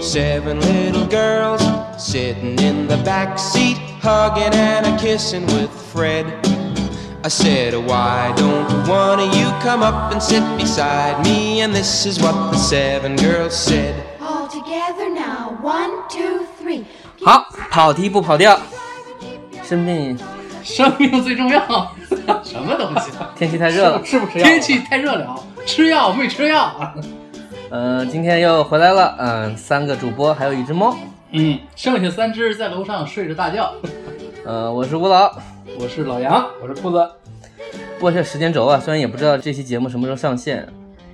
Seven little girls sitting in the back seat, hugging and a kissing with Fred. I said, Why don't one of you come up and sit beside me? And this is what the seven girls said. All together now, one, two, three. 好，跑题不跑调，生病生命最重 要，什么东西？天气太热了，吃不吃药天气太热了，吃药没吃药？嗯、今天又回来了，嗯、三个主播还有一只猫，嗯，剩下三只在楼上睡着大觉。呃，我是吴老，我是老杨，我是兔子。不过这时间轴啊，虽然也不知道这期节目什么时候上线，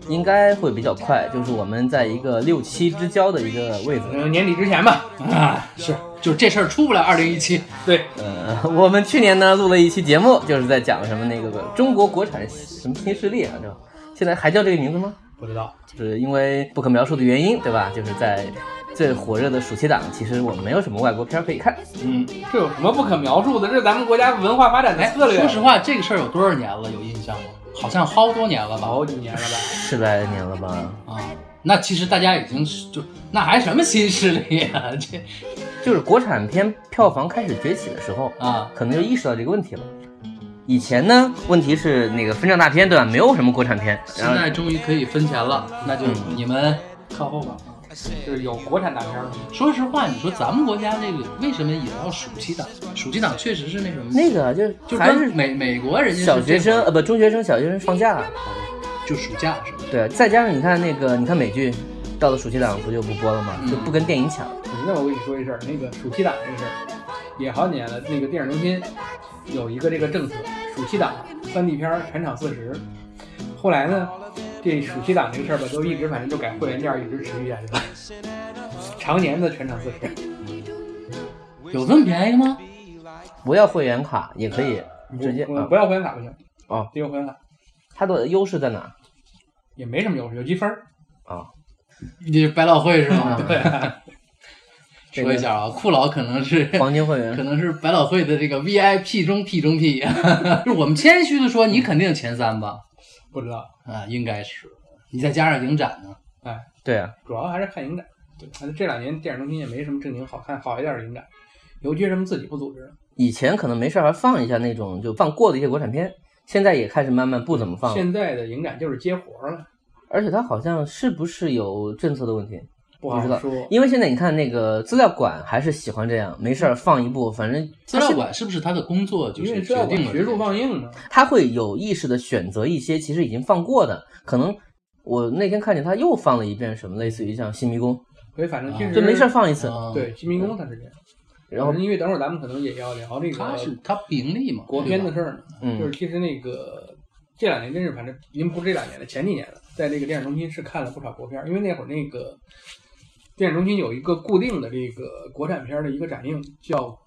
应该会比较快，就是我们在一个六七之交的一个位置，嗯，年底之前吧。啊，是，就是这事儿出不了二零一七。对，呃，我们去年呢录了一期节目，就是在讲什么那个中国国产什么新势力啊，就现在还叫这个名字吗？不知道，就是因为不可描述的原因，对吧？就是在最火热的暑期档，其实我们没有什么外国片儿可以看。嗯，这有什么不可描述的？这是咱们国家文化发展的策略。说实话，这个事儿有多少年了？有印象吗？好像好多年了吧？好几年了吧？十来年了吧，啊，那其实大家已经是就那还什么新势力啊？这就是国产片票房开始崛起的时候，啊，可能就意识到这个问题了。以前呢，问题是那个分账大片，对吧？没有什么国产片，现然后嗯在终于可以分钱了，那就你们靠后吧。就是有国产大片儿吗？说实话，你说咱们国家这个为什么也要暑期档？暑期档确实是那什么，那个就就还跟是美美国人家是小学这会生儿呃不中学生、小学生放假了，就暑假是吧？对，再加上你看那个你看美剧，到了暑期档不就不播了吗？嗯就不跟电影抢。那我跟你说一事儿，那个暑期档这个事儿也好几年了。那个电影中心有一个这个政策，暑期档三 D 片儿全场四十。后来呢，这暑期档这个事儿吧，都一直反正就改会员价，一直持续下去了，常年的全场四十。有这么便宜吗？不要会员卡也可以直接嗯啊不。要会员卡不行啊，得有会员卡它的优势在哪儿也没什么优势，有积分儿。啊？你百老汇是吗？嗯对啊。这说个一下啊，酷老可能是黄金会可员能是百老汇的这个 VIP 中 P 中 P，就是 我们谦虚的说，你肯定前三吧？不知道，啊，应该是。你再加上影展呢，对啊，主要还是看影展。对，但是这两年电影中心也没什么正经好看好一点的影展，尤其是他们自己不组织了。以前可能没事儿还放一下那种就放过的一些国产片，现在也开始慢慢不怎么放了。现在的影展就是接活了，而且它好像是不是有政策的问题？不不好知道说。因为现在你看那个资料馆还是喜欢这样，没事儿放一部，反正资料馆是不是他的工作就因为是这决要定了学术放映嘛，他会有意识的选择一些其实已经放过的，可能我那天看见他又放了一遍什么类似于像《新迷宫所以反正啊其》，实就没事儿放一次，啊，对，新民工他是这样。然后因为等会儿咱们可能也要聊这他是个他不盈利嘛，国片的事儿呢，就嗯是其实那个这两年真是，反正已经不是这两年了，前几年了，在这个电影中心是看了不少国片儿，因为那会儿那个电影中心有一个固定的这个国产片儿的一个展映，叫。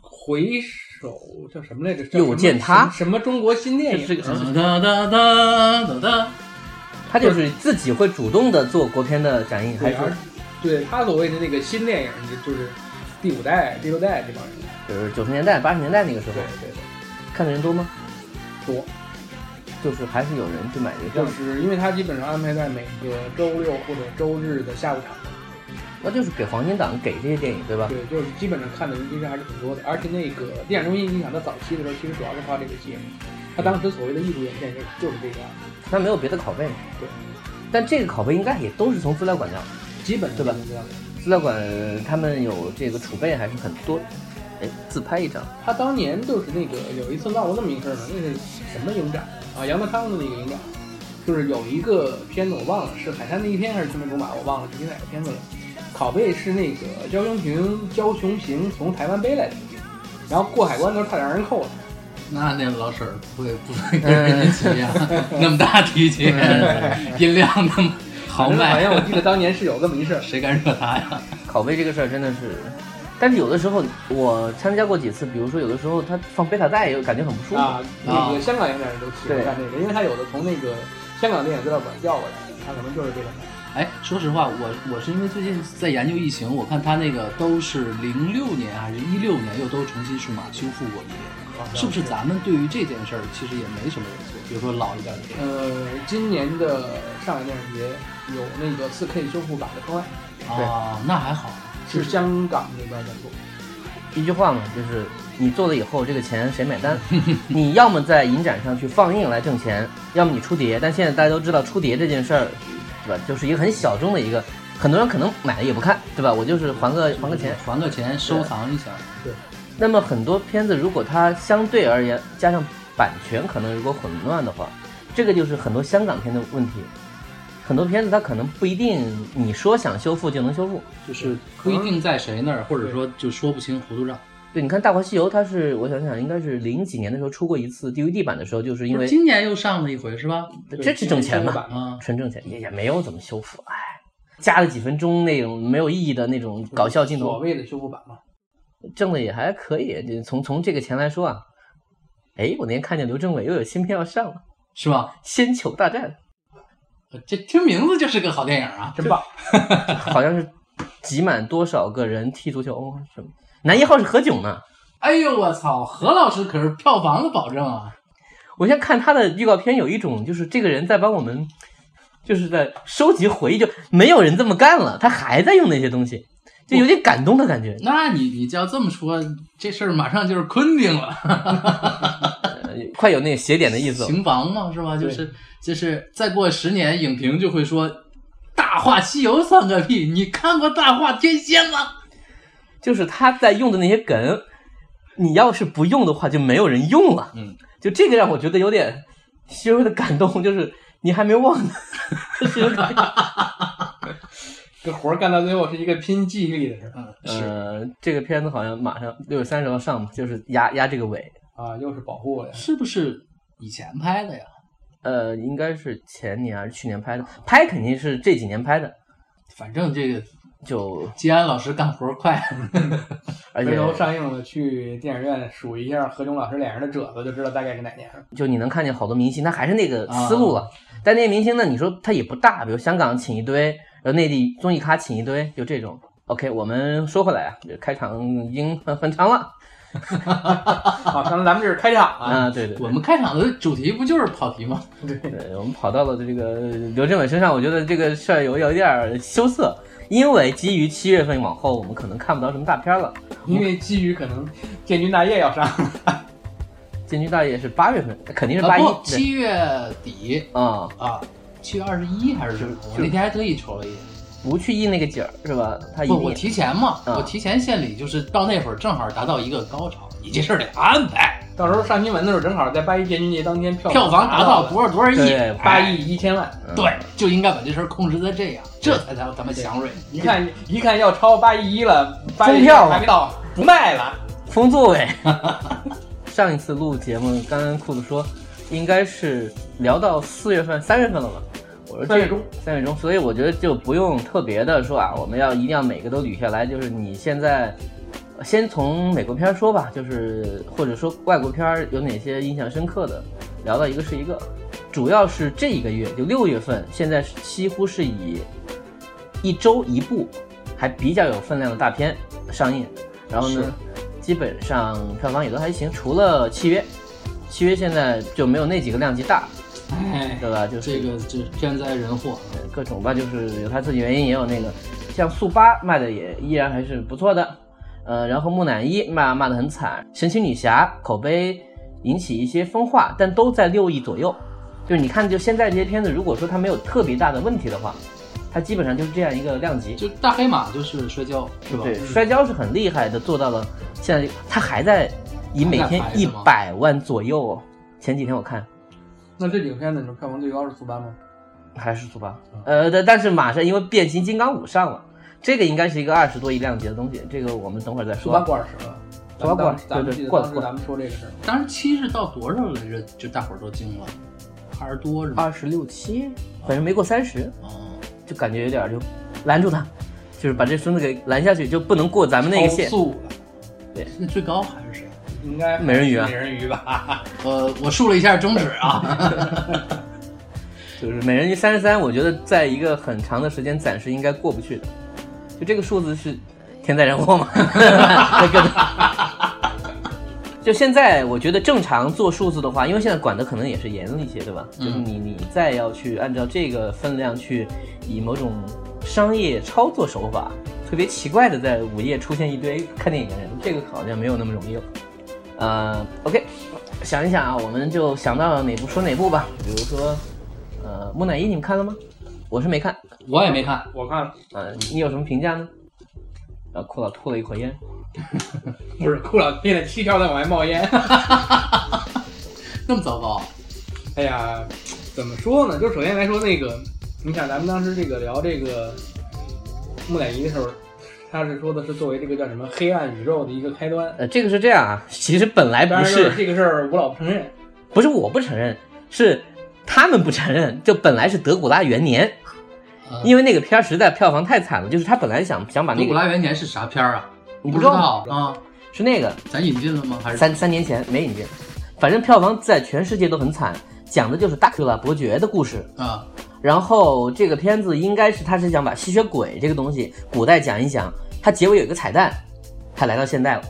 回首叫什么来着？叫什么又见他什么什么中国新电影？啊这个对吧。哒哒哒哒哒，他就是自己会主动的做国片的展映，还对，是而对他所谓的那个新电影，就是第五代、第六代这帮人。就是九十年代、八十年代那个时候对对对，看的人多吗？多，就是还是有人去买这个票就，是因为他基本上安排在每个周六或者周日的下午场，那就是给黄金档给这些电影，对吧？对，就是基本上看的人其实还是很多的。而且那个电影中心，你想他早期的时候，其实主要是靠这个吸引人。他当时所谓的艺术院线就是就是这个样子，他没有别的拷贝嘛。对，但这个拷贝应该也都是从资料馆要，基本上对吧就是这样子？资料馆他们有这个储备还是很多。哎，自拍一张，他当年就是那个有一次闹过那么一个事儿呢，那是什么影展啊？杨德昌的那个影展，就是有一个片子我忘了是《海山的一天》还是《青梅竹马》，我忘了具体哪个片子了。拷贝是那个焦雄平、焦雄平从台湾背来的，然后过海关的时候差点让人扣了。那那老婶儿不会不 会跟人家起呀？那么大提琴，音量那么豪反正好迈像，我记得当年是有这么一事儿。谁敢惹他呀？拷贝这个事儿真的是，但是有的时候我参加过几次，比如说有的时候他放贝塔带也感觉很不舒服。 啊，那个香港影展都喜欢干这个，因为他有的从那个香港电影资料馆调过来的，他可能就是这个。哎，说实话，我我是因为最近在研究疫情，我看他那个都是零六年还是一六年又都重新数码修复过一遍，好像是不是咱们对于这件事儿其实也没什么认错？比如说老一点的电影，呃，今年的上海电影节有那个 4K 修复版的窗外，对啊，那还好，是香港那边赞助。一句话嘛，就是你做了以后，这个钱谁买单？你要么在影展上去放映来挣钱，要么你出碟。但现在大家都知道出碟这件事儿，对吧？就是一个很小众的一个，很多人可能买了也不看，对吧？我就是还个还个钱。还个钱收藏一下，那么很多片子，如果它相对而言加上版权，可能如果混乱的话，这个就是很多香港片的问题。很多片子它可能不一定你说想修复就能修复。就是不一定在谁那儿，或者说就说不清糊涂账。对，你看《大话西游》，它是我想想，应该是零几年的时候出过一次 DVD 版的时候，就是因不为是今年又上了一回是吧？这是挣钱嘛，啊，纯挣钱，也也没有怎么修复，哎，加了几分钟那种没有意义的那种搞笑镜所头，谓的修复版嘛，挣的也还可以。就从从这个钱来说啊，哎，我那天看见刘镇伟又有新片要上了，《是吧？呃仙球大战这听名字就是个好电影啊，真棒！》，好像是挤满多少个人踢足球哦什么？男一号是何炅呢？哎呦我操，何老师可是票房的保证啊！我现在看他的预告片，有一种就是这个人在帮我们，就是在收集回忆，就没有人这么干了，他还在用那些东西，就有点感动的感觉。那你你就要这么说，这事儿马上就是昆汀了，呃快有那个邪典的意思了。刑房嘛是吧？就是就是再过十年，影评就会说《大话西游》算个屁，你看过《大话天仙》吗？就是他在用的那些梗，你要是不用的话，就没有人用了。嗯，就这个让我觉得有点稍微的感动，就是你还没忘呢，就是有感觉这活儿干到最后是一个拼记忆力的事儿嗯，是呃，这个片子好像马上六月三十号上嘛，就是压压这个尾。啊，又是保护我呀。是不是以前拍的呀？呃，应该是前年还是去年拍的，拍肯定是这几年拍的，反正这个就吉安老师干活快，而回且头上映了，去电影院数一下何炅老师脸上的褶子，就知道大概是哪年了。就你能看见好多明星，他还是那个思路啊了。但那些明星呢，你说他也不大，比如香港请一堆，然后内地综艺咖请一堆，就这种。OK，我们说回来啊，这开场已经很很长了啊，刚才咱们这是开场啊，啊，对对我们开场的主题不就是跑题吗？对，我们跑到了这个刘镇伟身上，我觉得这个事儿有有点儿羞涩，因为基于七月份往后，我们可能看不到什么大片了。因为基于可能建军大业要上，建军大业是八月份，肯定是啊八一不，对七月底啊，啊，七月二十一还是什么？我那天还特意瞅了一眼，不去印那个景儿是吧？他一不，我定提前嘛，啊我提前献礼，就是到那会儿正好达到一个高潮。你这事儿得安排，到时候上新闻的时候正好在八一建军节当天票票房达到到多少多少亿对，八哎，亿一千万，对，就应该把这事儿控制在这样，这才叫咱们祥瑞。一看一看要超八亿一了，八亿疯票了还没到，不卖了。风作伟。 上一次录节目，刚刚裤子说，应该是聊到四月份、三月份了吧？我说这三月中，三月中，所以我觉得就不用特别的说啊，我们要一定要每个都捋下来。就是你现在呃先从美国片儿说吧，就是或者说外国片儿有哪些印象深刻的，聊到一个是一个，主要是这一个月，就六月份，现在是几乎是以一周一部，还比较有分量的大片上映。然后呢，基本上票房也都还行，除了《契约》，《契约》现在就没有那几个量级大，哎，对吧？就是这个这天灾人祸，啊各种吧，就是有他自己原因，也有那个像速八卖的也依然还是不错的，呃，然后木乃伊骂骂的很惨，神奇女侠口碑引起一些分化，但都在六亿左右。就是你看，就现在这些片子，如果说它没有特别大的问题的话，它基本上就是这样一个量级。就大黑马就是摔跤，是吧？对，摔跤是很厉害的，做到了现在他还在以每天还在排一是吗百万左右哦。前几天我看那这几个片子，你说票房最高是速八吗？还是速八，呃，但但是马上因为变形金刚五上了，这个应该是一个二十多亿量级的东西，这个我们等会儿再速八说。过二十了。速八过二十咱们对对记得过了当时过了咱们说这个事儿，当时七是到多少来着？就大伙儿都惊了，二十多是吧？二十六七，反正没过三十，哦，就感觉有点儿就拦住他，就是把这孙子给拦下去，就不能过咱们那个线超。速了，那最高还是谁？应该美人鱼啊美人鱼吧？ 我我竖了一下中指啊，就是美人鱼三十三，我觉得在一个很长的时间暂时应该过不去的， 就这个数字是天灾人祸嘛，就就现在，我觉得正常做数字的话，因为现在管的可能也是严了一些，对吧？就是你你再要去按照这个分量去以某种商业操作手法，特别奇怪的在午夜出现一堆看电影的人，这个好像没有那么容易了。呃，OK，想一想啊，我们就想到哪部说哪部吧。比如说，呃，木乃伊你们看了吗？ 我是没看。我也没看，我看呃，你有什么评价呢？然后库老吐了一口烟。不是酷老变了七条在往外冒烟。那么糟糕，啊哎呀，怎么说呢？就首先来说那个，你想咱们当时这个聊这个木乃伊的时候，他是说的是作为这个叫什么黑暗宇宙的一个开端。呃，这个是这样啊，其实本来当不然是，这个事儿，吴老不承认。不是我不承认，是他们不承认。就本来是德古拉元年，啊因为那个片儿实在票房太惨了，就是他本来想想把《德啊那古个拉元年》是啥片儿啊？你你不不知知道道啊？是那个咱引进了吗？还是三三年前没引进，反正票房在全世界都很惨，讲的就是达克拉伯爵的故事。啊？然后这个片子应该是他是想把吸血鬼这个东西古代讲一讲，它结尾有一个彩蛋，他来到现代了。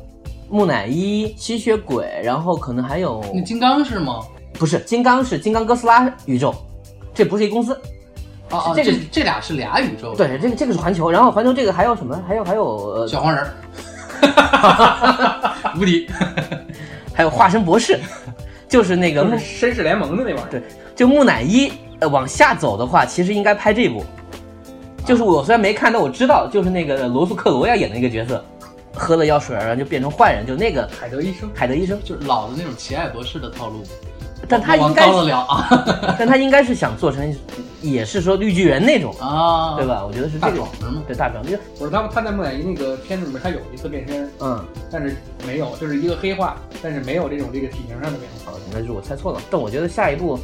木乃伊、吸血鬼，然后可能还有那金刚是吗？不是金刚是金刚哥斯拉宇宙，这不是一公司，啊啊，这个这这俩是俩宇宙。，对，这个这个是环球，然后环球这个还有什么？还有还有呃，哦小黄人儿， 无敌。还有化身博士，就是那个就木是绅士联盟的那玩意对儿，就木乃伊。呃，往下走的话，其实应该拍这部，就是我虽然没看，但我知道，就是那个罗素克罗要演的那个角色，喝了药水儿然后就变成坏人，就那个海德医生。海德医生，就是老的那种奇爱博士的套路，但他我应们该高得了啊但他应该是想做成，也是说绿巨人那种， 啊，对？吧？我觉得是大这种壮，是吗？对大壮，就我说他他在木乃伊那个片子里面，他有一次变身，嗯，但是没有，就是一个黑化，但是没有这种这个体型上的变化。好，那是我猜错了，但我觉得下一部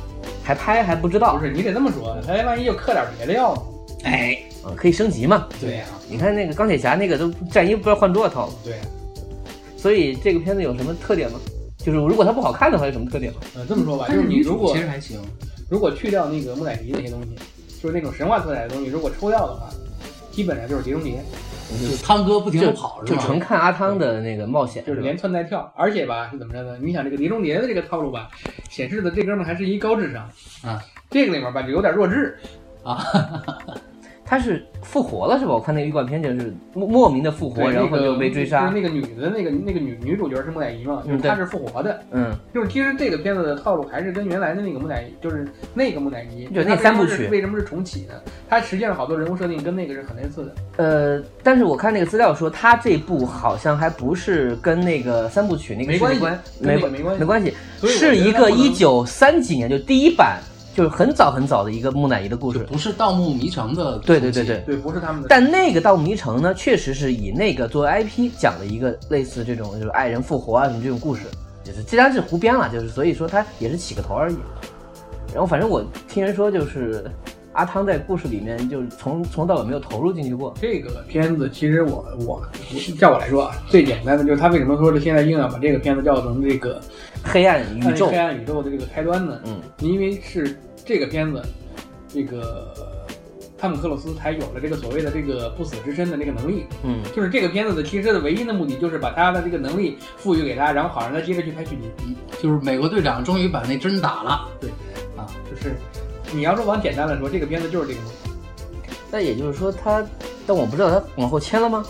还拍还不知道不，是，你得这么说，他万一又嗑点别的药呢？哎，嗯，可以升级嘛。对呀、你看那个钢铁侠那个都战衣不知道换多少套了，对呀、所以这个片子有什么特点吗？就是如果它不好看的话，有什么特点吗？呃，这么说吧，但就是是你女如主果其实还行，如果去掉那个木乃伊那些东西，就是那种神话色彩的东西，如果抽掉的话，基本上就是碟中谍，就是汤哥不停就的跑是就吧？纯看阿汤的那个冒险，就是吧连窜带跳。而且吧，是怎么着呢？你想这个碟中谍的这个套路吧，显示的这哥们儿还是一高智商啊，这个里面吧就有点弱智。他是复活了是吧？我看那个预告片就是莫莫名的复活，对然后那个就被追杀就。是那个女的，那个那个女女主角是木乃伊嘛，就是嗯对她是复活的。嗯，就是其实这个片子的套路还是跟原来的那个木乃伊，就是那个木乃伊，就那三部曲它为什么是为什么是重启呢？它实际上好多人物设定跟那个是很类似的。呃，但是我看那个资料说，他这部好像还不是跟那个三部曲那个世没界关系观跟那没个没关系没关系，所以我觉得是一它个不能一九三几年就第一版，就是很早很早的一个木乃伊的故就事。不是《盗墓迷城》的，对对对对，，对，不是他们的。但那个《盗墓迷城》呢，确实是以那个作为 IP 讲了一个类似这种就是爱人复活啊什么这种故事，也是既然是胡编了，就是所以说他也是起个头而已。然后反正我听人说，就是阿汤在故事里面就是从从头到尾没有投入进去过。这个片子其实我我照我来说啊，最简单的就是他为什么说是现在硬要把这个片子叫成这个黑暗宇宙哎黑，暗宇宙的这个开端呢？嗯，因为是这个片子，这个汤姆克鲁斯才有了这个所谓的这个不死之身的这个能力。嗯，就是这个片子的其实的唯一的目的就是把他的这个能力赋予给他，然后好让他接着去拍续集。就是美国队长终于把那针打了，就是你要说往简单了说，这个片子就是这个目的。那也就是说他，但我不知道他往后签了吗？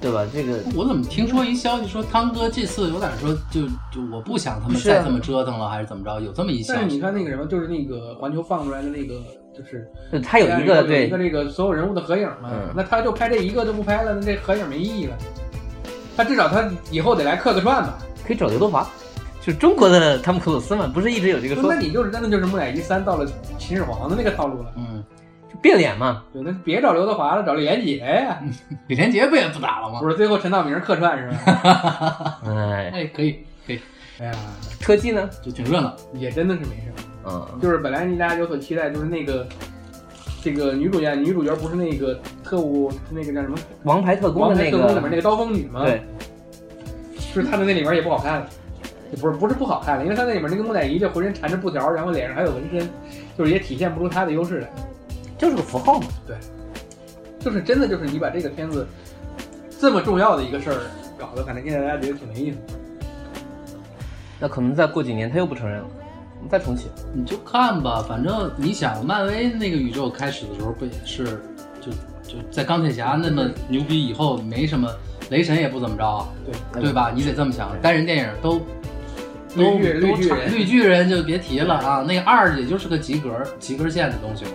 对吧？这个我怎么听说一消息说汤哥这次有点说就就我不想他们是啊再这么折腾了，还是怎么着？有这么一消但是你息，看那个什么，就是那个环球放出来的那个，就是就他有一个个一对个，这个所有人物的合影嘛，嗯那他就拍这一个就不拍了，那这合影没意义了。他至少他以后得来客个串吧。可以找刘德华，就是中国的汤姆克鲁斯嘛，不是一直有这个说那你就是真的就是木乃伊三到了秦始皇的那个套路了。嗯，就变脸嘛？对，那别找刘德华了，找李连杰呀。嗯李连杰不也不打了吗？不是最后陈道明客串是吧？ 哎， 哎，可以可以，哎呀，科技呢？就挺热闹。也真的是没事儿。嗯，就是本来大家有所期待，就是那个这个女主角，女主角不是那个特务，那个叫什么王牌特《工王的牌那特工》里面那个，个啊刀锋女吗？对，就是她的那里面也不好看了，也不是不是不好看了，因为她那里面那个木乃伊就浑身缠着布条，然后脸上还有纹身，就是也体现不出她的优势来。就是个符号嘛。就是真的就是你把这个片子这么重要的一个事儿搞得，反正现在大家觉得挺没意思。那可能再过几年他又不承认了，我们再重启。你就看吧，反正你想，漫威那个宇宙开始的时候不也是就就在钢铁侠那么牛逼以后没什么，雷神也不怎么着啊，对对吧？你得这么想，单人电影都都绿巨都绿巨差人绿巨人就别提了啊，那个二也就是个及格及格线的东西嘛。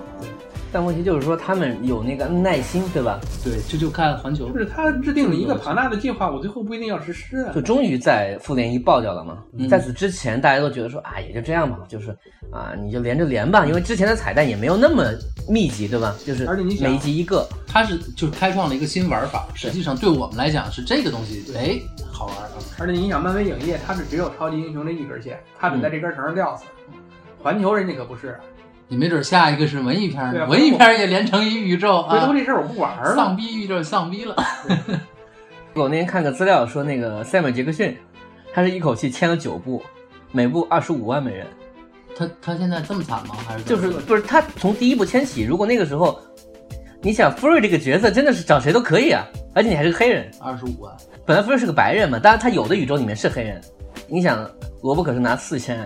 但问题就是说他们有那个耐心，对吧？对，这就看环球就。是他制定了一个庞大的计划，我最后不一定要实施啊就。终于在复联一爆掉了嘛。嗯在此之前，大家都觉得说啊，也就这样吧，就是啊，你就连着连吧，因为之前的彩蛋也没有那么密集，对吧？就是而且你想每一集一个，它是就是开创了一个新玩法，实际上对我们来讲是这个东西，哎，好玩啊！而且你想，漫威影业它是只有超级英雄这一根线，它得在这根绳上吊死。环球人家可不是，啊你没准下一个是文艺片对啊呢，文艺片也连成一宇宙回头啊，这事儿我不玩儿丧了。逼宇宙丧逼了。我那天看个资料说，那个塞缪尔·杰克逊，他是一口气签了九部，每部二十五万美元，他他现在这么惨吗？还是就怎么是不是他从第一部签起，如果那个时候，你想 Fury 这个角色真的是找谁都可以啊，而且你还是个黑人，二十五万？本来 Fury 是个白人嘛，当然他有的宇宙里面是黑人，你想罗伯可是拿四千。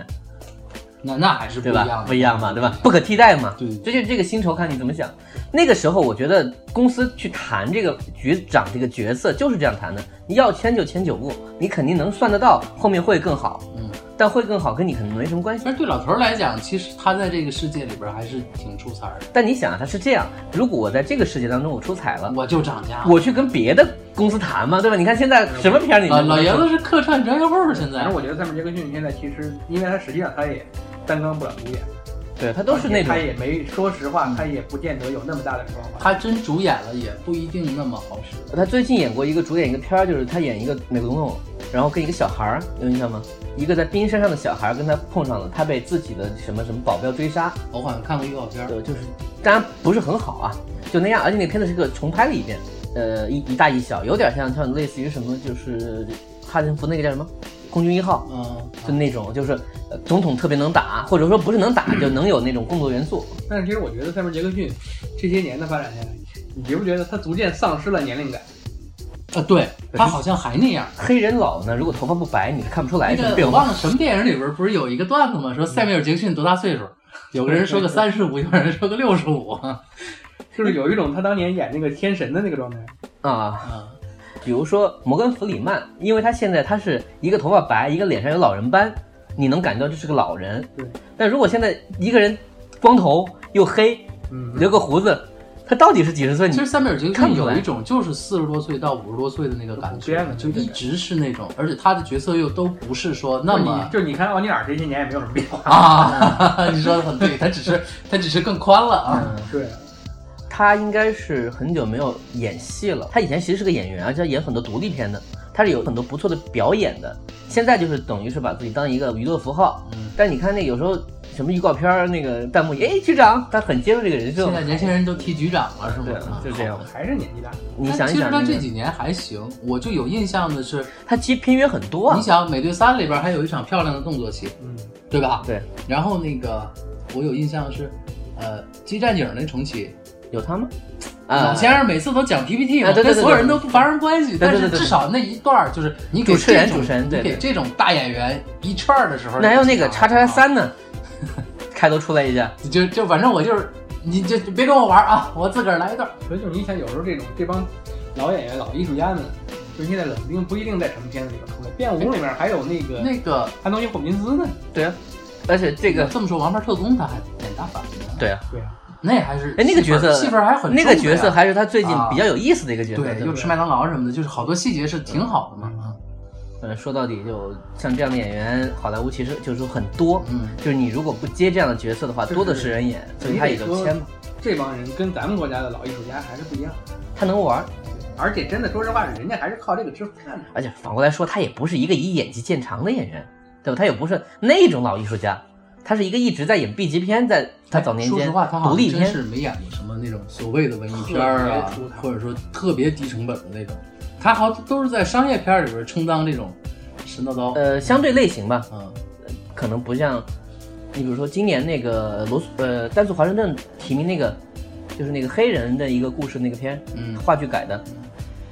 那那还是不对一样吧的，？不一样嘛，对吧？不可替代嘛。对这就是这个薪酬看你怎么想。那个时候，我觉得公司去谈这个局长这个角色就是这样谈的，你要签就签九部，你肯定能算得到后面会更好，嗯，但会更好跟你可能没什么关系。但是对老头儿来讲，其实他在这个世界里边还是挺出彩儿的。但你想啊，他是这样，如果我在这个世界当中我出彩了，我就涨价，啊我去跟别的公司谈嘛，对吧？你看现在什么片儿里啊，面老爷子是客串折腰后儿，现反在正我觉得塞缪尔杰克逊现在其实，因为他实际上他也担纲不了主演，对他都是那种他。也没说实话，他也不见得有那么大的光环。他真主演了也不一定那么好使。他最近演过一个主演一个片儿，就是他演一个美国总统，然后跟一个小孩儿有印象吗？一个在冰山上的小孩儿跟他碰上了，他被自己的什么什么保镖追杀，我好像看过预告片儿，呃，就是当然不是很好啊，就那样。而且那片子是个重拍了一遍，呃，一一大一小，有点像像类似于什么就是哈林福那个叫什么空军一号，嗯，就那种就是、呃总统特别能打，或者说不是能打就能有那种工作元素。但是其实我觉得塞缪尔杰克逊这些年的发展下来，你觉不觉得他逐渐丧失了年龄感？啊，对他好像还那样。黑人老呢，如果头发不白，你是看不出来那什么个变我化。忘了什么电影里边不是有一个段子吗？说塞缪尔杰克逊多大岁数？有个人说个三十五，有个人说个六 十五。就是有一种他当年演那个天神的那个状态。啊，嗯比如说摩根·弗里曼，因为他现在他是一个头发白，一个脸上有老人斑，你能感觉到这是个老人对。但如果现在一个人光头又黑，嗯，留个胡子，他到底是几十岁？你其实塞缪尔杰克看逊不出有来一种就是四十多岁到五十多岁的那个感普遍觉的，就那个一直是那种，而且他的角色又都不是说那就你么就是你看奥尼尔这些年也没有什么变化。啊， 你说的很对，他只是他只是更宽了啊。嗯对，他应该是很久没有演戏了。他以前其实是个演员，而且他演很多独立片的，他是有很多不错的表演的。现在就是等于是把自己当一个娱乐符号。嗯但你看那有时候什么预告片儿那个弹幕，哎，局长，他很接受这个人设现。在年轻人都提局长了，是对吗？，就这样好。。还是年纪大。你想但一其实想、那他个，这几年还行，我就有印象的是，他其实片约很多啊你。想《美队三》里边还有一场漂亮的动作戏，嗯，对吧？对。然后那个我有印象是，呃，《激战警》那重启，有他吗？啊，老先生每次都讲 PPT，嘛啊对对跟对所有对人都不发生关系，对对但对是对至少那一段儿就是你给主持人这种主持人对你给对这种大演员一串儿的时候，那还有那个你叉看叉，三呢， 开头出来一下。你就就反正我就是。你就就别跟我玩儿啊！ 我自个儿来一段儿。所以就是你想，有时候这种这帮老演员、老艺术家们，就是现在冷冰不一定在什么片子里边出来。变五里面还有那个那个，安东尼·霍普金斯呢。对啊，而且这个这么说，《王牌特工》他还演大反派，对啊，对啊，那还是哎那个角色戏份儿还很重的那呀个角色还是他最近啊比较有意思的一个角色。对，吧又吃麦当劳什么的，就是好多细节是挺好的嘛。呃，说到底就像这样的演员，好莱坞其实就是说很多，嗯，就是你如果不接这样的角色的话，就是多的是人演，所以他也就签吧。这帮人跟咱们国家的老艺术家还是不一样，他能玩儿，而且真的说实话，人家还是靠这个吃饭的。而且反过来说，他也不是一个以演技见长的演员，对吧？他也不是那种老艺术家，他是一个一直在演 B 级片，在他早年哎说间实话，他好独像立真片是没演过什么那种所谓的文艺片儿啊特别出，彩或者说特别低成本的那种，他好像都是在商业片儿里边充当这种神叨叨。呃，相对类型吧，嗯，可能不像你比如说今年那个罗素呃丹素华盛顿提名那个，就是那个黑人的一个故事那个片，嗯话剧改的，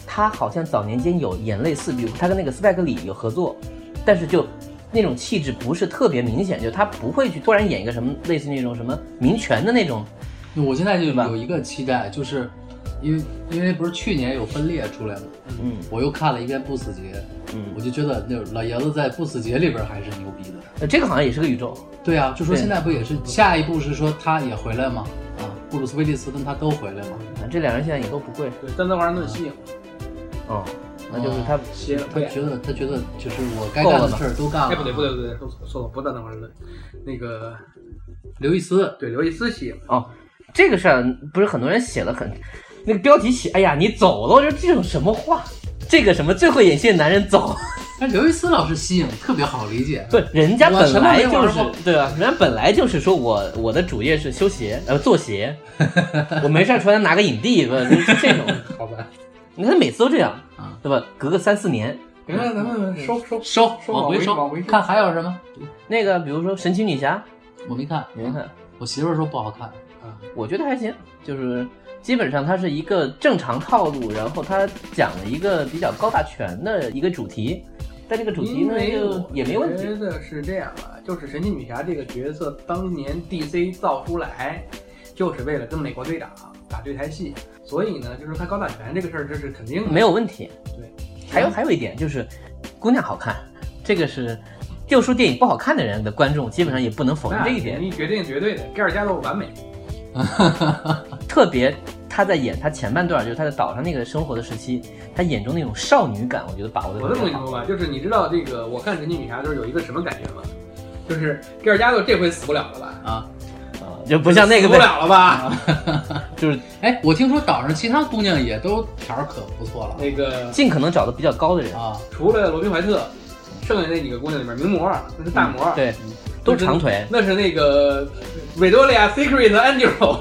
他好像早年间有演类似，比如他跟那个斯派克里有合作，但是就那种气质不是特别明显，就他不会去突然演一个什么类似那种什么民权的那种，那我现在就吧有一个期待，就是因为因为不是去年有分裂出来吗？嗯我又看了一遍《不死劫》，我嗯，就觉得那老爷子在《不死劫》里边还是牛逼的。呃这个好像也是个宇宙，对啊，就说对现在不也是下一步是说他也回来吗？啊，布鲁斯威利斯跟他都回来吗？啊这两人现在也都不贵，对，丹泽华盛顿吸引哦，那就是他，吸引了他对。觉得他觉得就是我该干的事儿都干哎，了。不对不对不对，说错了，不是丹泽华盛顿，那个刘易斯对刘易斯吸引了。哦，这个事儿不是很多人写了很，那个标题写，哎呀你走了，我说这种什么话，这个什么最会演戏的男人走。但刘易斯老师吸引特别好理解，不， 人家我本什么来没玩就是过对啊吧？人家本来就是说我我的主业是修鞋，呃，做鞋。我没事儿出来拿个影帝，不就就这种。 好吧，你看每次都这样啊，对吧？隔个三四年，行了，咱们收收收嗯收往回往回往收回，收看还有什么？那个比如说神奇女侠，我没看，你们看，我媳妇儿说不好看，啊，我觉得还行，就是基本上它是一个正常套路，然后它讲了一个比较高大全的一个主题，但这个主题因呢为就也没问我题。觉得是这样啊，就是神奇女侠这个角色当年 DC 造出来，就是为了跟美国队长打对台戏，所以呢，就是看高大全这个事儿，这是肯定的没有问题。对，还有还有一点就是，姑娘好看，这个是就说电影不好看的人的观众基本上也不能否认那这一点。啊你决定绝对的，盖尔加朵完美。特别她在演她前半段，就是她在岛上那个生活的时期，她眼中那种少女感，我觉得把握的我这特别么跟你好。说吧，就是你知道这个，我看神奇女侠就是有一个什么感觉吗？就是盖尔加朵这回死不了了吧？啊，就不像那个死不被了了吧？就是哎，我听说岛上其他姑娘也都条儿可不错了那个尽可能找的比较高的人，啊，除了罗宾怀特，剩下那几个姑娘里面，名模啊那是大模，对，都是长腿。那是那个维多利亚 Secret Angel。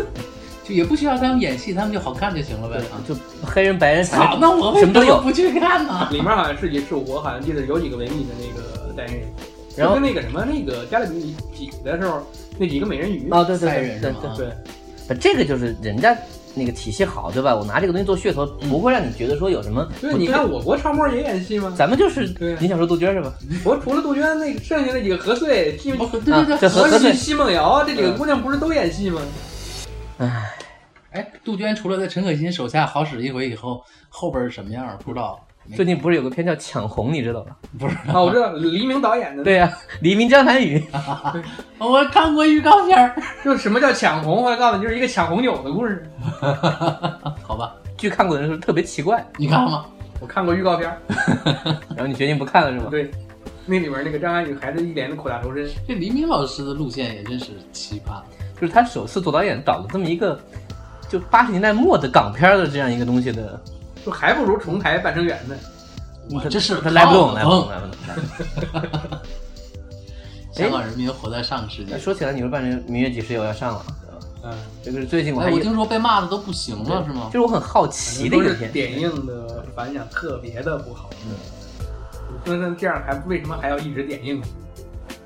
就也不需要他们演戏，他们就好看就行了呗啊。就黑人、白人，反操，正那我为什么都有。不去看呢？里面好像是也是我好像记得有几个维密的那个代言人，然后就跟那个什么那个加勒比几的时候，那几个美人鱼哦，对对赛对人是对吗？对啊对，不，这个就是人家那个体系好，对吧？我拿这个东西做噱头，嗯不会让你觉得说有什么不对，你看我国超模也演戏吗？咱们就是啊对你想说杜鹃是吧？我除了杜鹃，那剩下那几个何穗、奚我哦对对对，这何何何穗西、奚梦瑶啊这几嗯个姑娘不是都演戏吗？唉，哎，杜鹃除了在陈可辛手下好使一回以后，后边是什么样儿不知道，没最近不是有个片叫《抢红》，你知道吧？不知啊，我知道黎明导演的，对，呀、啊黎明、张涵予，道。我看过预告片儿，就是什么叫抢红，我还告诉你，就是一个抢红酒的故事。好吧？剧看过的人说特别奇怪，你看了吗？我看过预告片儿，然后你决定不看了是吧？对，那里面那个张涵予还是一脸的苦大仇深，这黎明老师的路线也真是奇葩。就是他首次做导演，导了这么一个就八十年代末的港片的这样一个东西的，就还不如重台《半生缘》呢。我这是他来不动，来不动，哎嗯来不动。来不动香港人民活在上个世纪那。哎说起来，你说《半人明月几时有》要上了，对吧嗯，这个是最近我还哎，我有，听说被骂的都不行了，对啊是吗就？是我很好奇的一个是片，点映的反响特别的不好。嗯那那这样还为什么还要一直点映？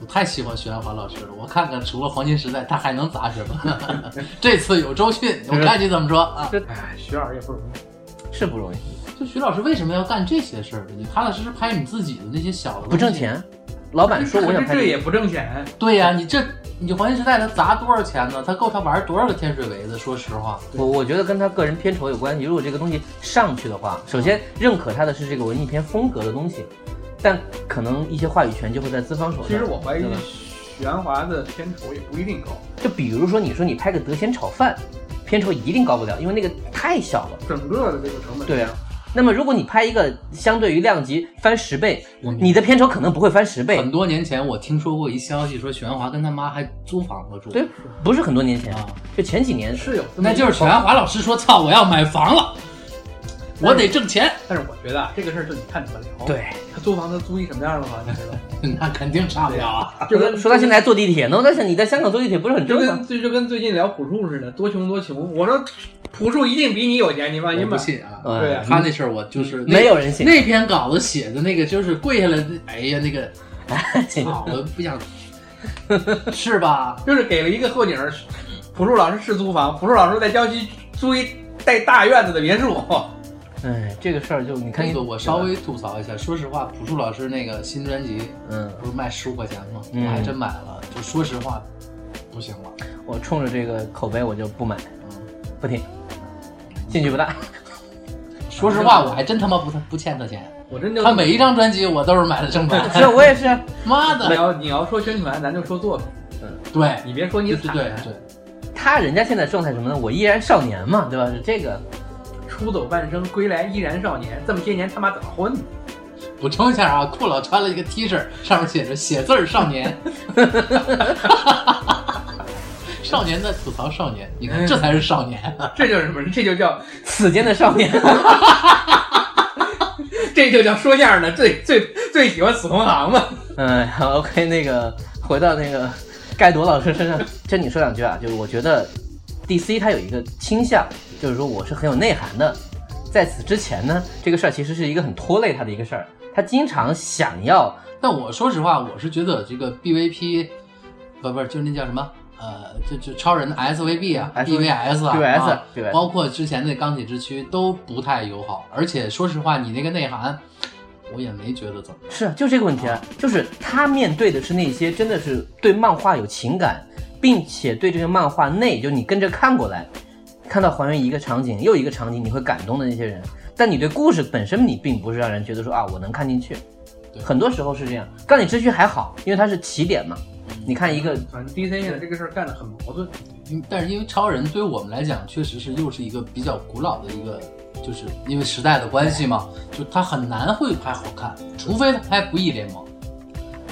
我太喜欢徐安华老师了，我看看除了黄金时代，他还能砸什么？ 这次有周迅，我看你怎么说啊？哎，徐老师也不容易。是不容易，就徐老师为什么要干这些事儿？你踏踏实实拍你自己的那些小的，不挣。钱。老板说我想可拍是这这也个，不挣钱，对呀、你这你黄金时代他砸多少钱呢？他够他玩多少个天水围的？说实话，我我觉得跟他个人片酬有关系。如果这个东西上去的话，首先认可他的是这个文艺片风格的东西，但可能一些话语权就会在资方手上。其实我怀疑对吧许鞍华的片酬也不一定高，就比如说你说你拍个德贤炒饭，片酬一定高不了，因为那个太小了。整个的这个成本。对啊，那么如果你拍一个相对于量级翻十倍我，你的片酬可能不会翻十倍很，多年前我听说过一消息，说许鞍华跟他妈还租房子住。对，不是很多年前，啊，就前几年。是有这么那一个就是许鞍华老师说：“操，我要买房了，我得挣钱。但是我觉得啊，这个事儿就你看怎么聊。，对，他租房他租一什么样的房，你知道吗？”嗯那肯定差不了啊。就跟说他现在还坐地铁呢，我在想你在香港坐地铁不是很就正常跟？就就跟最近聊朴树似的，多穷多穷。我说朴树一定比你有钱，你放我心不吧。信啊，哎对啊他那事儿我就是那没有人信。那篇稿子写的那个，就是跪下来，哎呀，那个哎啊操，我不想，是吧？就是给了一个后景儿。朴树老师是租房，朴树老师在郊区租一带大院子的别墅， 哎，这个事儿就你看你那个我稍微吐槽一下，说实话，朴树老师那个新专辑嗯，不是卖十五块钱吗？嗯我还真买了，就说实话，不行了。我冲着这个口碑我就不买，嗯不听，兴趣不大。 说啊实话，我还真他妈不不欠他钱。我真就他每一张专辑我都是买的正版，其实我也是，啊妈你的，要你要说宣传，咱就说作品，对，你别说你对惨，对对，他人家现在状态什么呢？我依然少年嘛，对吧？是这个，出走半生归来依然少年，这么些年他妈怎么混的？补充一下啊，酷老穿了一个 T 恤，上面写着“写字儿少年”， 少年在吐槽少年，你看这才是少年。 这就是什么？这就叫此间的少年，这就叫说相声的最最最喜欢死同行嘛。嗯好，OK，那个回到那个盖朵老师身上，跟你说两句啊，就是我觉得 DC 它有一个倾向，就是说我是很有内涵的。在此之前呢，这个事儿其实是一个很拖累他的一个事儿，他经常想要但我说实话，我是觉得这个 BVP，不不是，就那叫什么？呃，就就超人的 SVB 啊 SV ，BVS 啊 BVS 啊 BVS 包括之前的钢铁之躯都不太友好。而且说实话，你那个内涵，我也没觉得怎么样。是啊，就这个问题啊，就是他面对的是那些真的是对漫画有情感，并且对这个漫画内，就你跟着看过来，看到还原一个场景又一个场景，你会感动的那些人。但你对故事本身，你并不是让人觉得说啊，我能看进去。对很多时候是这样。钢铁之躯还好，因为它是起点嘛。嗯你看一个，反正 DC 现在这个事儿干得很矛盾，因但是因为超人对我们来讲，确实是又是一个比较古老的一个，就是因为时代的关系嘛，就他很难会拍好看，除非他拍不义联盟。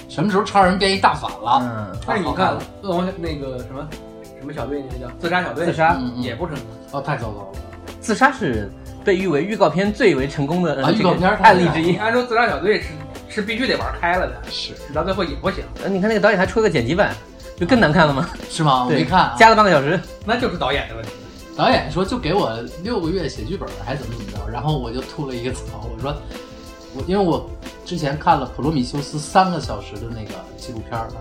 什么时候超人变一大反了？嗯，但是你好看看恶魔那个什么什么小队，那个叫自杀小队，自杀嗯嗯也不成功。哦，太糟糕了。自杀是被誉为预告片最为成功的、呃啊这预个告片儿太案例厉害之你一。按说自杀小队是是必须得玩开了的，是直到最后也不行，呃你看那个导演还出了个剪辑版，就更难看了吗？是吗？我对没看、啊。加了半个小时。那就是导演的问题。导演说就给我六个月写剧本，还怎么怎么着，然后我就吐了一个槽，我说我因为我之前看了《普罗米修斯》三个小时的那个纪录片儿啊，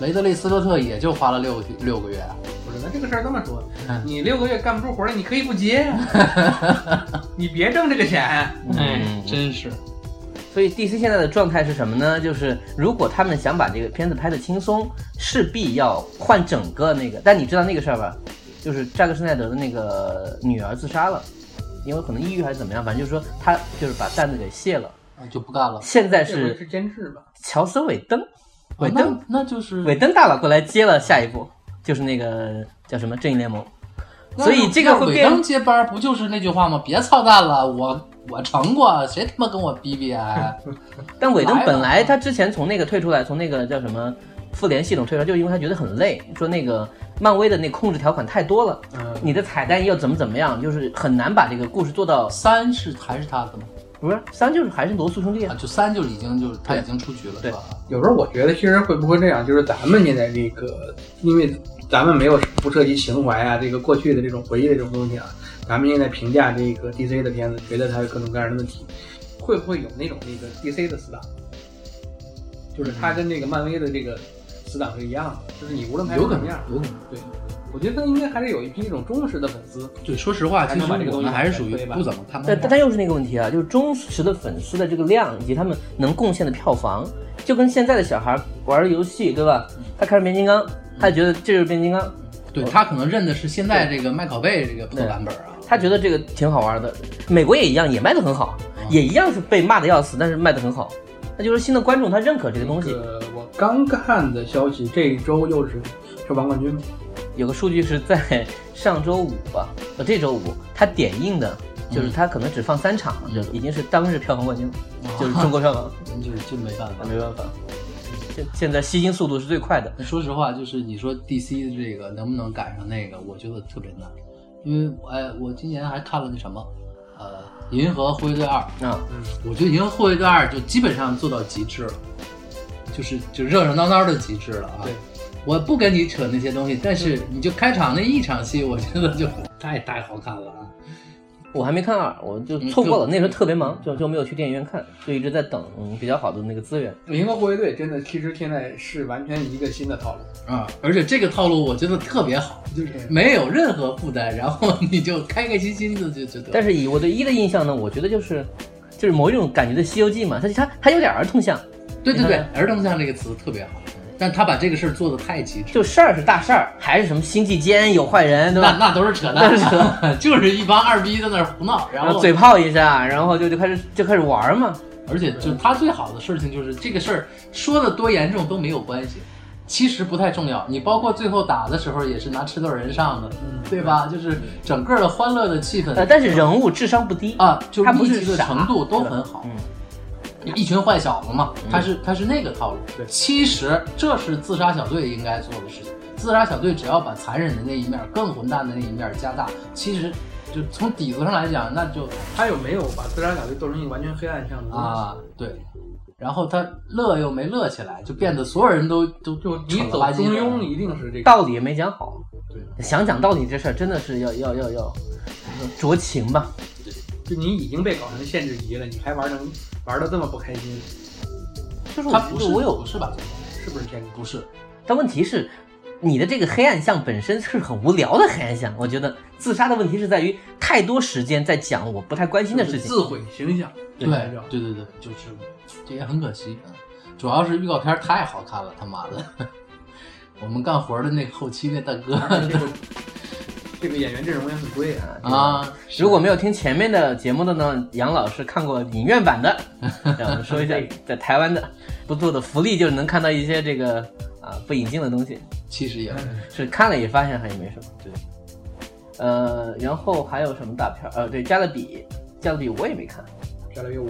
雷德利·斯科特也就花了六个六个月啊，不是，那这个事儿这么说嗯，你六个月干不出活来，你可以不接呀、 你别挣这个钱。哎嗯真是所以 DC 现在的状态是什么呢？就是如果他们想把这个片子拍得轻松，势必要换整个那个。但你知道那个事儿吧？就是扎克施耐德的那个女儿自杀了，因为可能抑郁还是怎么样，反正就是说他就是把担子给卸了。啊就不干了。现在这回嗯是是监制吧？乔斯·韦登，啊韦登那，那就是韦登大佬过来接了下一步，就是那个叫什么《正义联盟》，所以这个那会韦变登接班儿不就是那句话吗？别操蛋了，我我成过，谁他妈跟我逼逼 啊？但韦登来了本来他之前从那个退出来，从那个叫什么复联系统退出来，就是因为他觉得很累，说那个漫威的那控制条款太多了，嗯，你的彩蛋又怎么怎么样，就是很难把这个故事做到。三是还是他的吗？不是三就是还是罗素兄弟啊，啊，就三就已经就是他对已经出局了，对是吧？有时候我觉得，其实会不会这样？就是咱们现在这个，因为咱们没有不涉及情怀啊，这个过去的这种回忆的这种东西啊，咱们现在评价这个 DC 的片子，觉得它有各种各样的问题，会不会有那种那个 DC 的死党？就是它跟这个漫威的这个死党是一样的，就是你无论拍成有可什么能样，，嗯有可能。我觉得应该还是有一批这种忠实的粉丝。对，说实话，还其实能把这个我东西们还是往属前于推吧不怎么看漫但画但又是那个问题啊，就是忠实的粉丝的这个量以及他们能贡献的票房，就跟现在的小孩玩游戏对吧？他看着变形金刚，他觉得这就是变形金刚，对他可能认的是现在这个麦考贝这个破版本啊，他觉得这个挺好玩的。美国也一样，也卖得很好，也一样是被骂的要死，但是卖得很好。那就是新的观众他认可这个东西。呃，我刚看的消息，这一周又是是王冠军吗？有个数据是在上周五吧，呃，这周五他点映的，就是他可能只放三场，嗯就已经是当日票房冠军，啊就是中国票房，真就是真没办法那。哦 没办法。现现在吸金速度是最快的，那说实话，就是你说 DC 的这个能不能赶上那个，我觉得特别难，因为哎，我今年还看了那什么，呃，《银河护卫队二》，啊，我觉得《银河护卫队二》就基本上做到极致了，就是就热热闹闹的极致了啊。对我不跟你扯那些东西，但是你就开场那一场戏，我觉得就太太好看了啊！我还没看二，我就嗯错过了，就那时候特别忙，就就没有去电影院看，就一直在等嗯比较好的那个资源。 《银河护卫队》真的其实现在是完全一个新的套路，啊，而且这个套路我觉得特别好，就是没有任何负担，然后你就开开心心的就就得。但是以我对一的印象呢，我觉得就是就是某一种感觉的《西游记》嘛，它它它有点儿童像，对对对你看，儿童像这个词特别好，但他把这个事儿做的太极致，就事儿是大事儿，还是什么星际间有坏人，对那吧？那都是扯那淡， 是就是一帮二逼在那儿胡闹， 然然后后嘴炮一下，然后就就开始就开始玩儿嘛。而且就他最好的事情就是这个事儿说的多严重都没有关系，其实不太重要。你包括最后打的时候也是拿吃豆人上的，对吧？就是整个的欢乐的气氛呃，但是人物智商不低啊，就他不密是集的傻程度都对吧很好。嗯，一群坏小子嘛，他是他是那个套路。其实这是自杀小队应该做的事情。自杀小队只要把残忍的那一面、更混蛋的那一面加大，其实就从底子上来讲，那就他有没有把自杀小队做成一个完全黑暗向的东西？啊，对。然后他乐又没乐起来，就变得所有人都都就蠢你了走吧唧中的庸一定是这个，道理也没讲好。对想讲道理这事儿真的是要要要要酌情吧。就你已经被搞成限制级了，你还玩能玩的这么不开心，就是我他觉不得是我有不是吧？是不是天狗？不是，但问题是，你的这个黑暗像本身是很无聊的黑暗像。我觉得自杀的问题是在于太多时间在讲我不太关心的事情。自毁形象，对来着对对对，就是这也很可惜。嗯主要是预告片儿太好看了，他妈的！ 我们干活的那后期那大 哥而且这个这个演员阵容也很贵啊。啊，如果没有听前面的节目的呢，杨老师看过影院版的， 让我们说一下在台湾的不错的福利，就是能看到一些这个啊不引进的东西，其实也是看了也发现好像也没什么。对，呃，然后还有什么大片儿？呃，对，加勒比，加勒比我也没看。漂流月舞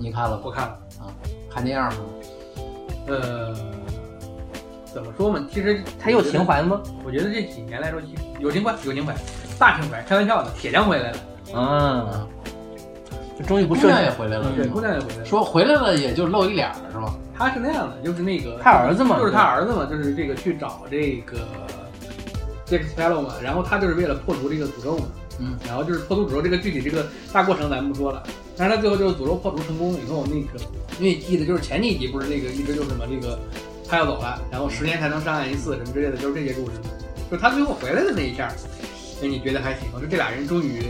你看了我不？看了，还那样吗？呃，怎么说嘛？其实他有情怀吗？我觉得这几年来说，有情怀，有情怀，大情怀，开玩笑的，铁匠回来了，啊，就终于不姑涉娘也及回来了，对，是姑吗娘也回来了。说回来了也就露一脸儿是吗？他是那样的，就是那个他儿子嘛，就是他儿子嘛，就是这个去找这个 Jack Sparrow 嘛，然后他就是为了破除这个诅咒嘛，嗯，然后就是破除诅咒这个具体这个大过程咱们不说了，但是他最后就是诅咒破除成功以后，那个因为记得就是前几集不是那个一直就是什么这个他要走了，然后十年才能上岸一次什么之类的，就是这些故事，就是他最后回来的那一下，哎，你觉得还行吗？就这俩人终于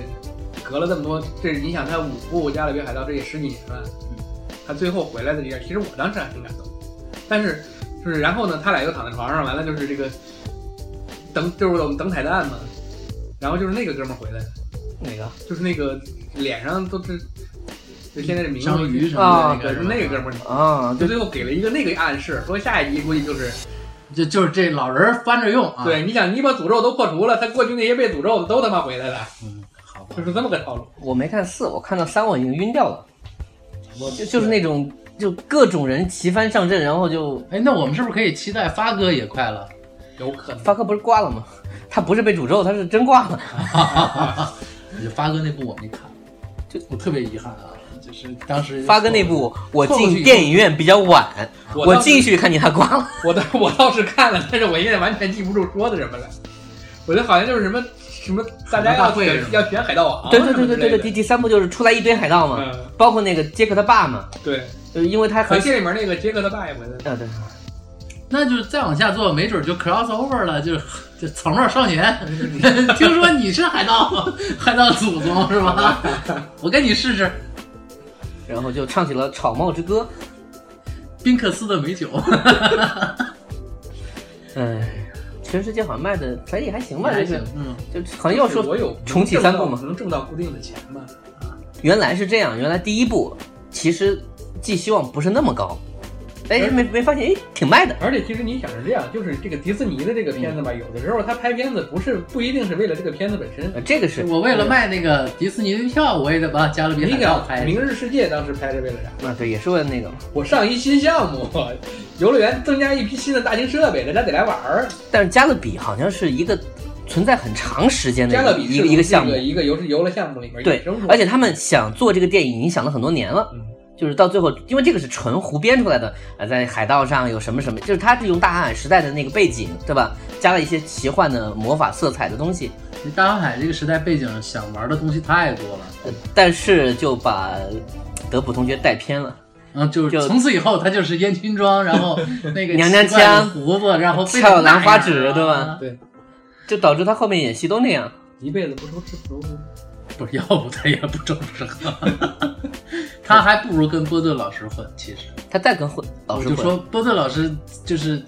隔了这么多，这你想他五部《加勒比海盗》这也十几年了，嗯他最后回来的这样，其实我当时还挺感动，但是就是然后呢，他俩又躺在床上，完了就是这个等就是我们等彩蛋嘛，然后就是那个哥们儿回来了，哪个？就是那个脸上都是就现在这名字章鱼什啊么的那个对，就是是吧，那个哥们儿。啊，就对，最后给了一个那个暗示，说下一集估计就是、就就是这老人儿翻着用啊。，对，你想你把诅咒都破除了，他过去那些被诅咒的都他妈回来了，嗯，好吧就。是这么个套路。我没看四，我看到三我已经晕掉了，我就就是那种就各种人齐翻上阵，然后就哎，那我们是不是可以期待发哥也快了？有可能发哥不是挂了吗？ 他不是被诅咒，他是真挂了。 就发哥那部我没看，就我特别遗憾啊，就是当时发哥那部我错过去进以后电影院比较晚，我我当时进去看见他挂 了。我倒我倒是看了，但是我现在完全记不住说的什么了。我觉得好像就是什么什么大家海盗要大会选是吗要选海盗王，啊对对对对对对，第对，第三部就是出来一堆海盗嘛，嗯，包括那个杰克他爸嘛，对。就是因为他可很惜里面那个杰克他爸也回来了，啊对，那就是再往下做，没准就 crossover 了，就是就草帽少年。 听说你是海盗，海盗祖宗是吧？ 我跟你试试然后就唱起了《草帽之歌》。宾克斯的美酒，哎，全世界好像卖的可以还行吧，还这行是，嗯，就好像又就是我说有重启三部嘛。能挣到固定的钱吗？原来是这样，原来第一部其实寄希望不是那么高，哎，而没没发现，哎，挺卖的。而且其实你想是这样，就是这个迪士尼的这个片子嗯吧，有的时候他拍片子不是不一定是为了这个片子本身，呃这个是我为了卖那个迪士尼的票，我也得把加勒比你海盗想拍《一下。明日世界》当时拍是为了啥？啊，对，也是为了那个嘛。我上一新项目，游乐园增加一批新的大型设备，大家得来玩儿。但是加勒比好像是一个存在很长时间的加一勒个比一个是一个项目，一个游是游乐项目里面对衍生出来的，而且他们想做这个电影，已经想了很多年了嗯。就是到最后，因为这个是纯胡编出来的，呃，在海盗上有什么什么，就是他是用大航海时代的那个背景，对吧？加了一些奇幻的魔法色彩的东西，你大航海这个时代背景想玩的东西太多了，呃但是就把德普同学带偏了。嗯，就是就从此以后他就是烟熏妆，然后那个娘娘奇怪的腔胡子，然 后非翘得那兰花样啊指对吧？对，就导致他后面演戏都那样。一辈子不愁吃不愁喝。不是，要不他也不正常，他还不如跟波顿老师混。其实，他再跟混老我师就混，说波顿老师就是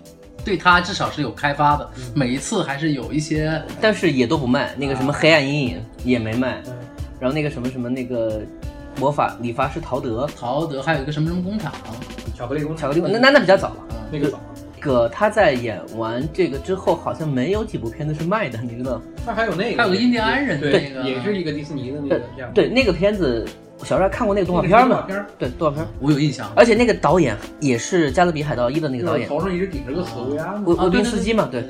对他至少是有开发的，嗯每一次还是有一些但是也都不卖。那个什么黑暗阴影也没卖，嗯，然后那个什么什么那个魔法理发师陶德，陶德，还有一个什么什么工厂，巧克力工巧厂克力那那那比较早了。那个早，葛他在演完这个之后，好像没有几部片子是卖的，你知道？那还有那个，还有个印第安人的对那个，也是一个迪士尼的那个片儿，对，那个片子小时候还看过那个动画片那个是动画嘛？片儿对，动画片。我有印象。而且那个导演也是《加勒比海盗一》的那个导就是演，头上一直顶着个死乌鸦嘛。维啊维对宾对斯基嘛，对，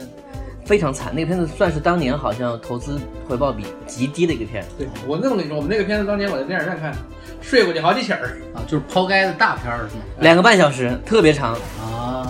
非常惨。那个片子算是当年好像投资回报比极低的一个片。对我这么跟你说，我们那个片子当年我在电影院看，睡过去好几起儿。啊，就是抛开的大片儿是吗？两个半小时，特别长，啊，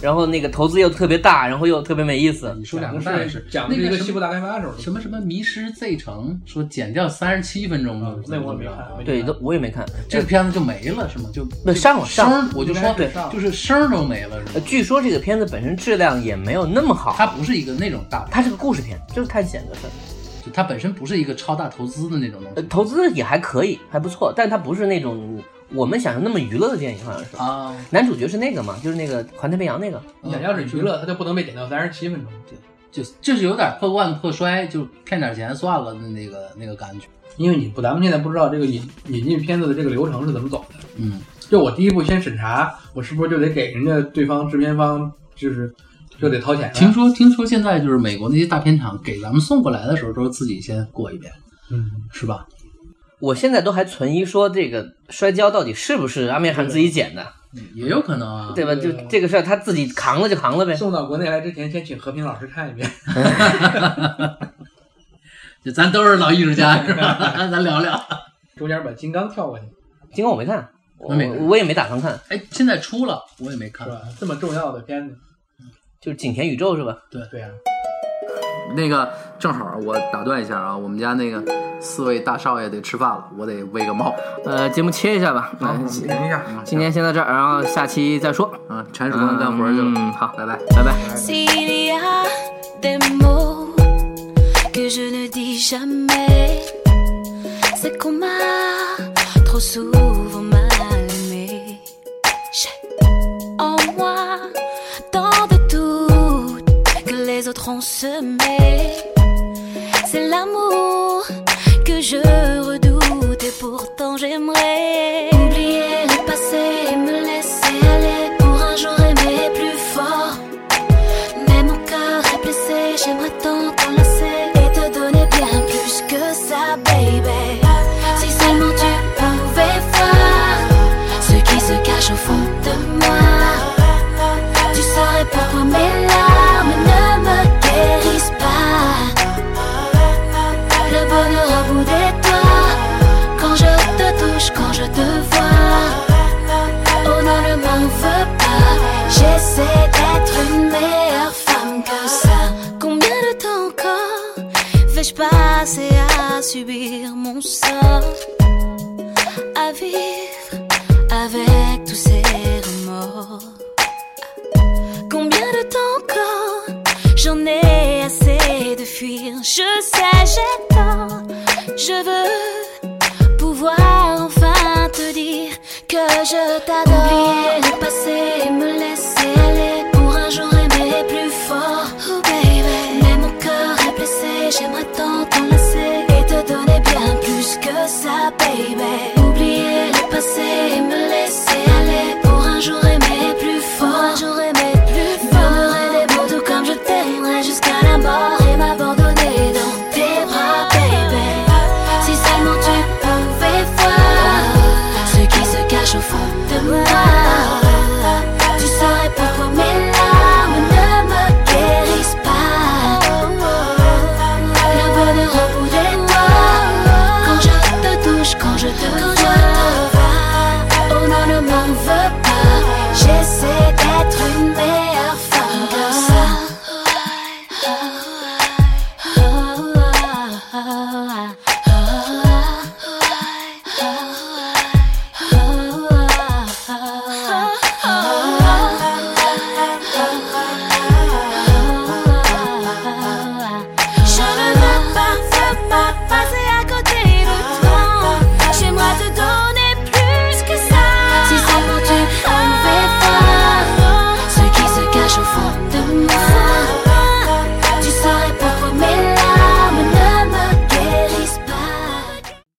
然后那个投资又特别大，然后又特别没意思。你说两个讲 的半小是时，讲的那是一个个什西么部大开发的时候，什么什么迷失 Z 城，说减掉三十七分钟啊的，那我也没看。没对，看都我也没看，这个片子就没了是吗？就那上了声上儿了。我就应该说是对上，了就是声儿都没了是呃吗？据说这个片子本身质量也没有那么好，它不是一个那种大片，它是个故事片，就是探险的事儿。就它本身不是一个超大投资的那种东呃，西投资也还可以，还不错，但它不是那种我们想象那么娱乐的电影，好像是。啊。男主角是那个嘛，就是那个环太平洋那个，你想要是娱乐，它就不能被剪到三十七分钟。就就是有点破罐破摔，就骗点钱算了的那个那个感觉。因为你不，咱们现在不知道这个引引进片子的这个流程是怎么走的。嗯，就我第一步先审查，我是不是就得给人家对方制片方，就是就得掏钱了？啊听说听说现在就是美国那些大片厂给咱们送过来的时候，都是自己先过一遍，嗯，是吧？我现在都还存疑，说这个摔跤到底是不是阿米尔汗自己剪的，也有可能啊。对吧？就对这个事儿他自己扛了就扛了嗯呗。送到国内来之前，先请和平老师看一遍。就咱都是老艺术 家，是吧？咱聊聊。中间把金刚跳过去，尽管我没看，我我没看我也没打算看，哎，现在出了，我也没看是。吧？这么重要的片子，就是景田宇宙是吧？对啊，那个正好我打断一下啊，我们家那个四位大少爷得吃饭了，我得喂个猫。呃，节目切一下吧。好，等一下，今天先到这儿，然后下期再说。嗯，铲屎嗯，好，拜拜。拜拜。 S'il y a des mots que je ne dis jamais, c'est qu'on m'a trop souvent mal aimé. J'ai en moi tant de tout que les autres ont semé. C'est l'amour que je redoute et pourtant j'aimerais oublier le passé et me laisser aller pour un jour aimer plus fort. Mais mon cœur est blessé, j'aimerais tant t'enlacer et te donner bien plus que ça, baby. Si seulement tu pouvais voir ce qui se cache au fond de moi, tu saurais pourquoi mes larmes ne me guérissent pas. Le bonheur au bout des doigts, quand je te touche, quand je te vois. Oh non, ne m'en veux pas. J'essaie d'être une meilleure femme que ça. Combien de temps encore vais-je passer à subir mon sort? À vivre avec tous ces remords. Combien de temps encore J'en ai assez de fuir. Je sais, j'ai tort. Je veux pouvoir enfin te dire que je t'adore. Oublier le passé et me laisser Oh,